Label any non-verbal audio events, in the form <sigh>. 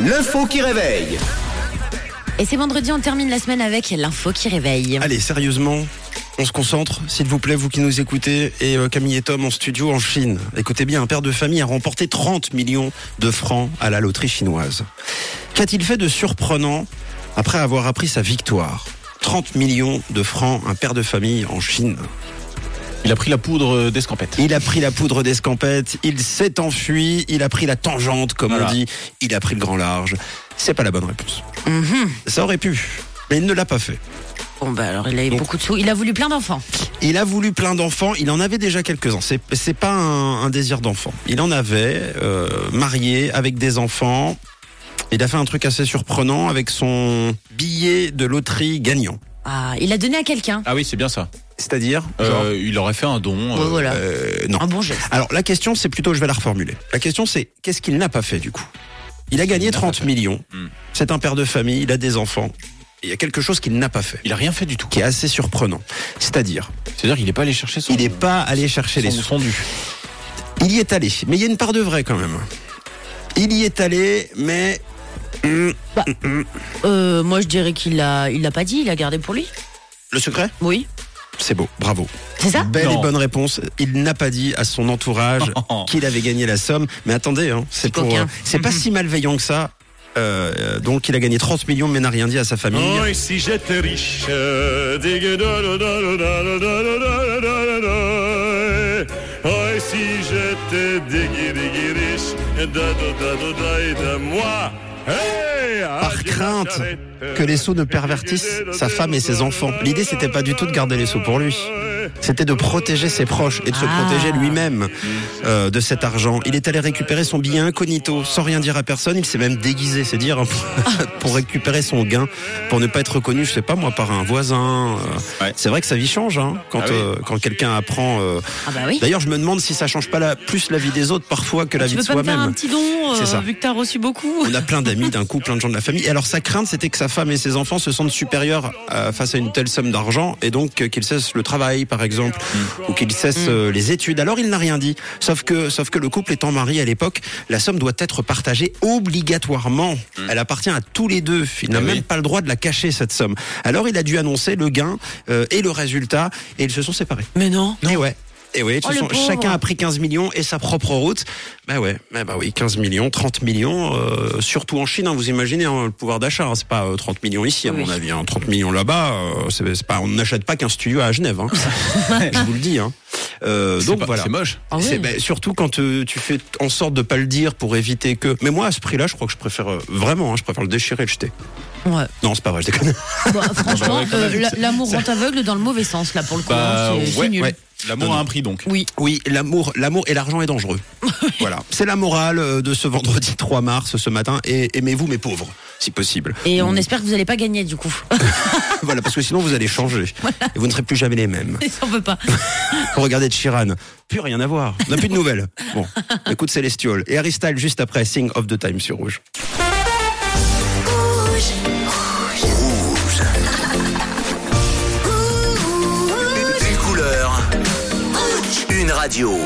L'info qui réveille. Et c'est vendredi, on termine la semaine avec l'info qui réveille. Allez, sérieusement, on se concentre, s'il vous plaît, vous qui nous écoutez, et euh, Camille et Tom en studio en Chine. Écoutez bien, un père de famille a remporté 30 millions de francs à la loterie chinoise. Qu'a-t-il fait de surprenant après avoir appris sa victoire 30 millions de francs, un père de famille en Chine. Il a pris la poudre d'escampette. Il a pris la poudre d'escampette, il s'est enfui, il a pris la tangente, comme Voilà. on dit, il a pris le grand large. C'est pas la bonne réponse. Mhm. Ça aurait pu, mais il ne l'a pas fait. Bon, bah alors il a eu Donc- beaucoup de sous. Il a voulu plein d'enfants. Il a voulu plein d'enfants, il en avait déjà quelques-uns. C'est, c'est pas un, un désir d'enfant. Il en avait, euh, marié, avec des enfants. Il a fait un truc assez surprenant avec son billet de loterie gagnant. Ah, il a donné à quelqu'un. Ah oui, c'est bien ça. C'est-à-dire Euh, Genre, il aurait fait un don. Ouais, euh, voilà. euh, Non. Un bon geste. Alors la question, c'est plutôt, je vais la reformuler. La question, c'est qu'est-ce qu'il n'a pas fait du coup Il a gagné n'a pas 30 fait millions. Hmm. C'est un père de famille, il a des enfants. Il y a quelque chose qu'il n'a pas fait, Il a rien fait du tout. qui est assez surprenant. C'est-à-dire, C'est-à-dire qu'il n'est pas allé chercher son. il n'est pas allé chercher les son, sous. son dû. Il y est allé, mais il y a une part de vrai quand même. Il y est allé, mais hum, Euh, moi je dirais qu'il l'a il l'a pas dit, il l'a gardé pour lui. le secret, Oui. c'est beau, bravo. C'est ça Belle Non. et bonne réponse. Il n'a pas dit à son entourage Oh. qu'il avait gagné la somme, mais attendez, hein, c'est pour, coquin. euh, c'est pas si malveillant que ça. Euh, euh, donc il a gagné 30 millions, mais n'a rien dit à sa famille. Oh, et si j'étais riche, euh, digue dolo dolo dolo dolo dolo dolo dolo. Oh, et si j'étais digue digue riche, da da da da da da, moi. Hey, ah, Par j'ai crainte la charrette, que les euh, sous ne pervertissent sa femme et ses enfants. L'idée, c'était pas du tout de garder les sous pour lui. C'était de protéger ses proches et de se Ah. protéger lui-même euh, de cet argent. Il est allé récupérer son billet incognito, sans rien dire à personne. Il s'est même déguisé, c'est dire, hein, pour, <laughs> pour récupérer son gain, pour ne pas être reconnu, je sais pas moi, par un voisin. euh. Ouais. C'est vrai que sa vie change hein, quand, Ah oui. euh, quand quelqu'un apprend. euh. Ah bah oui. D'ailleurs, je me demande si ça change pas la, plus la vie des autres parfois que la Tu vie de peux pas me faire un soi-même. petit don C'est euh, ça. vu que t'as reçu beaucoup. On a plein d'amis d'un coup, plein de gens de la famille. Et alors sa crainte, c'était que sa femme et ses enfants se sentent supérieurs euh, face à une telle somme d'argent et donc euh, qu'ils cessent le travail, par exemple, ou qu'ils cessent euh, les études. Alors il n'a rien dit. Sauf que, sauf que le couple étant marié à l'époque, la somme doit être partagée obligatoirement. Elle appartient à tous les deux. Il n'a Eh même oui. pas le droit de la cacher cette somme. Alors il a dû annoncer le gain euh, et le résultat et ils se sont séparés. <laughs> Mais non. Et Eh ouais. Et ouais, de Oh, toute le façon, pauvre. chacun a pris 15 millions et sa propre route. Bah ouais, bah, bah oui, 15 millions, 30 millions, euh, surtout en Chine, hein, vous imaginez hein, le pouvoir d'achat, hein, c'est pas euh, 30 millions ici à Oui. mon avis, hein. 30 millions là-bas, euh, c'est c'est pas, on n'achète pas qu'un studio à <laughs> Genève, hein. je vous le dis. Hein. Euh, C'est donc pas- voilà. C'est moche. Ah oui. C'est- bah, surtout quand euh, tu fais en sorte de pas le dire pour éviter que. Mais moi à ce prix-là, je crois que je préfère euh, vraiment, hein, je préfère le déchirer et le jeter. Ouais. Non, c'est pas vrai, je déconne. Bon, franchement, ouais, quand même, euh, la- c'est- l'amour rend aveugle dans le mauvais sens là pour le coup. Bah, hein, c'est c'est ouais, nul. ouais. L'amour a un prix donc. Oui. Oui, l'amour, l'amour et l'argent <laughs> est dangereux. voilà, c'est la morale euh, de ce vendredi <laughs> 3 mars, ce matin. Et aimez-vous mes pauvres, si possible. Mm. Et on espère que vous allez pas gagner du coup. <laughs> <laughs> voilà, parce que sinon vous allez changer et vous ne serez plus jamais <laughs> les mêmes. on veut pas. Regardez Chiran, plus rien à voir, on n'a plus de nouvelles. Bon, écoute Célestial et Harry Styles juste après Sing of the Time sur Rouge. Une couleur. Une radio.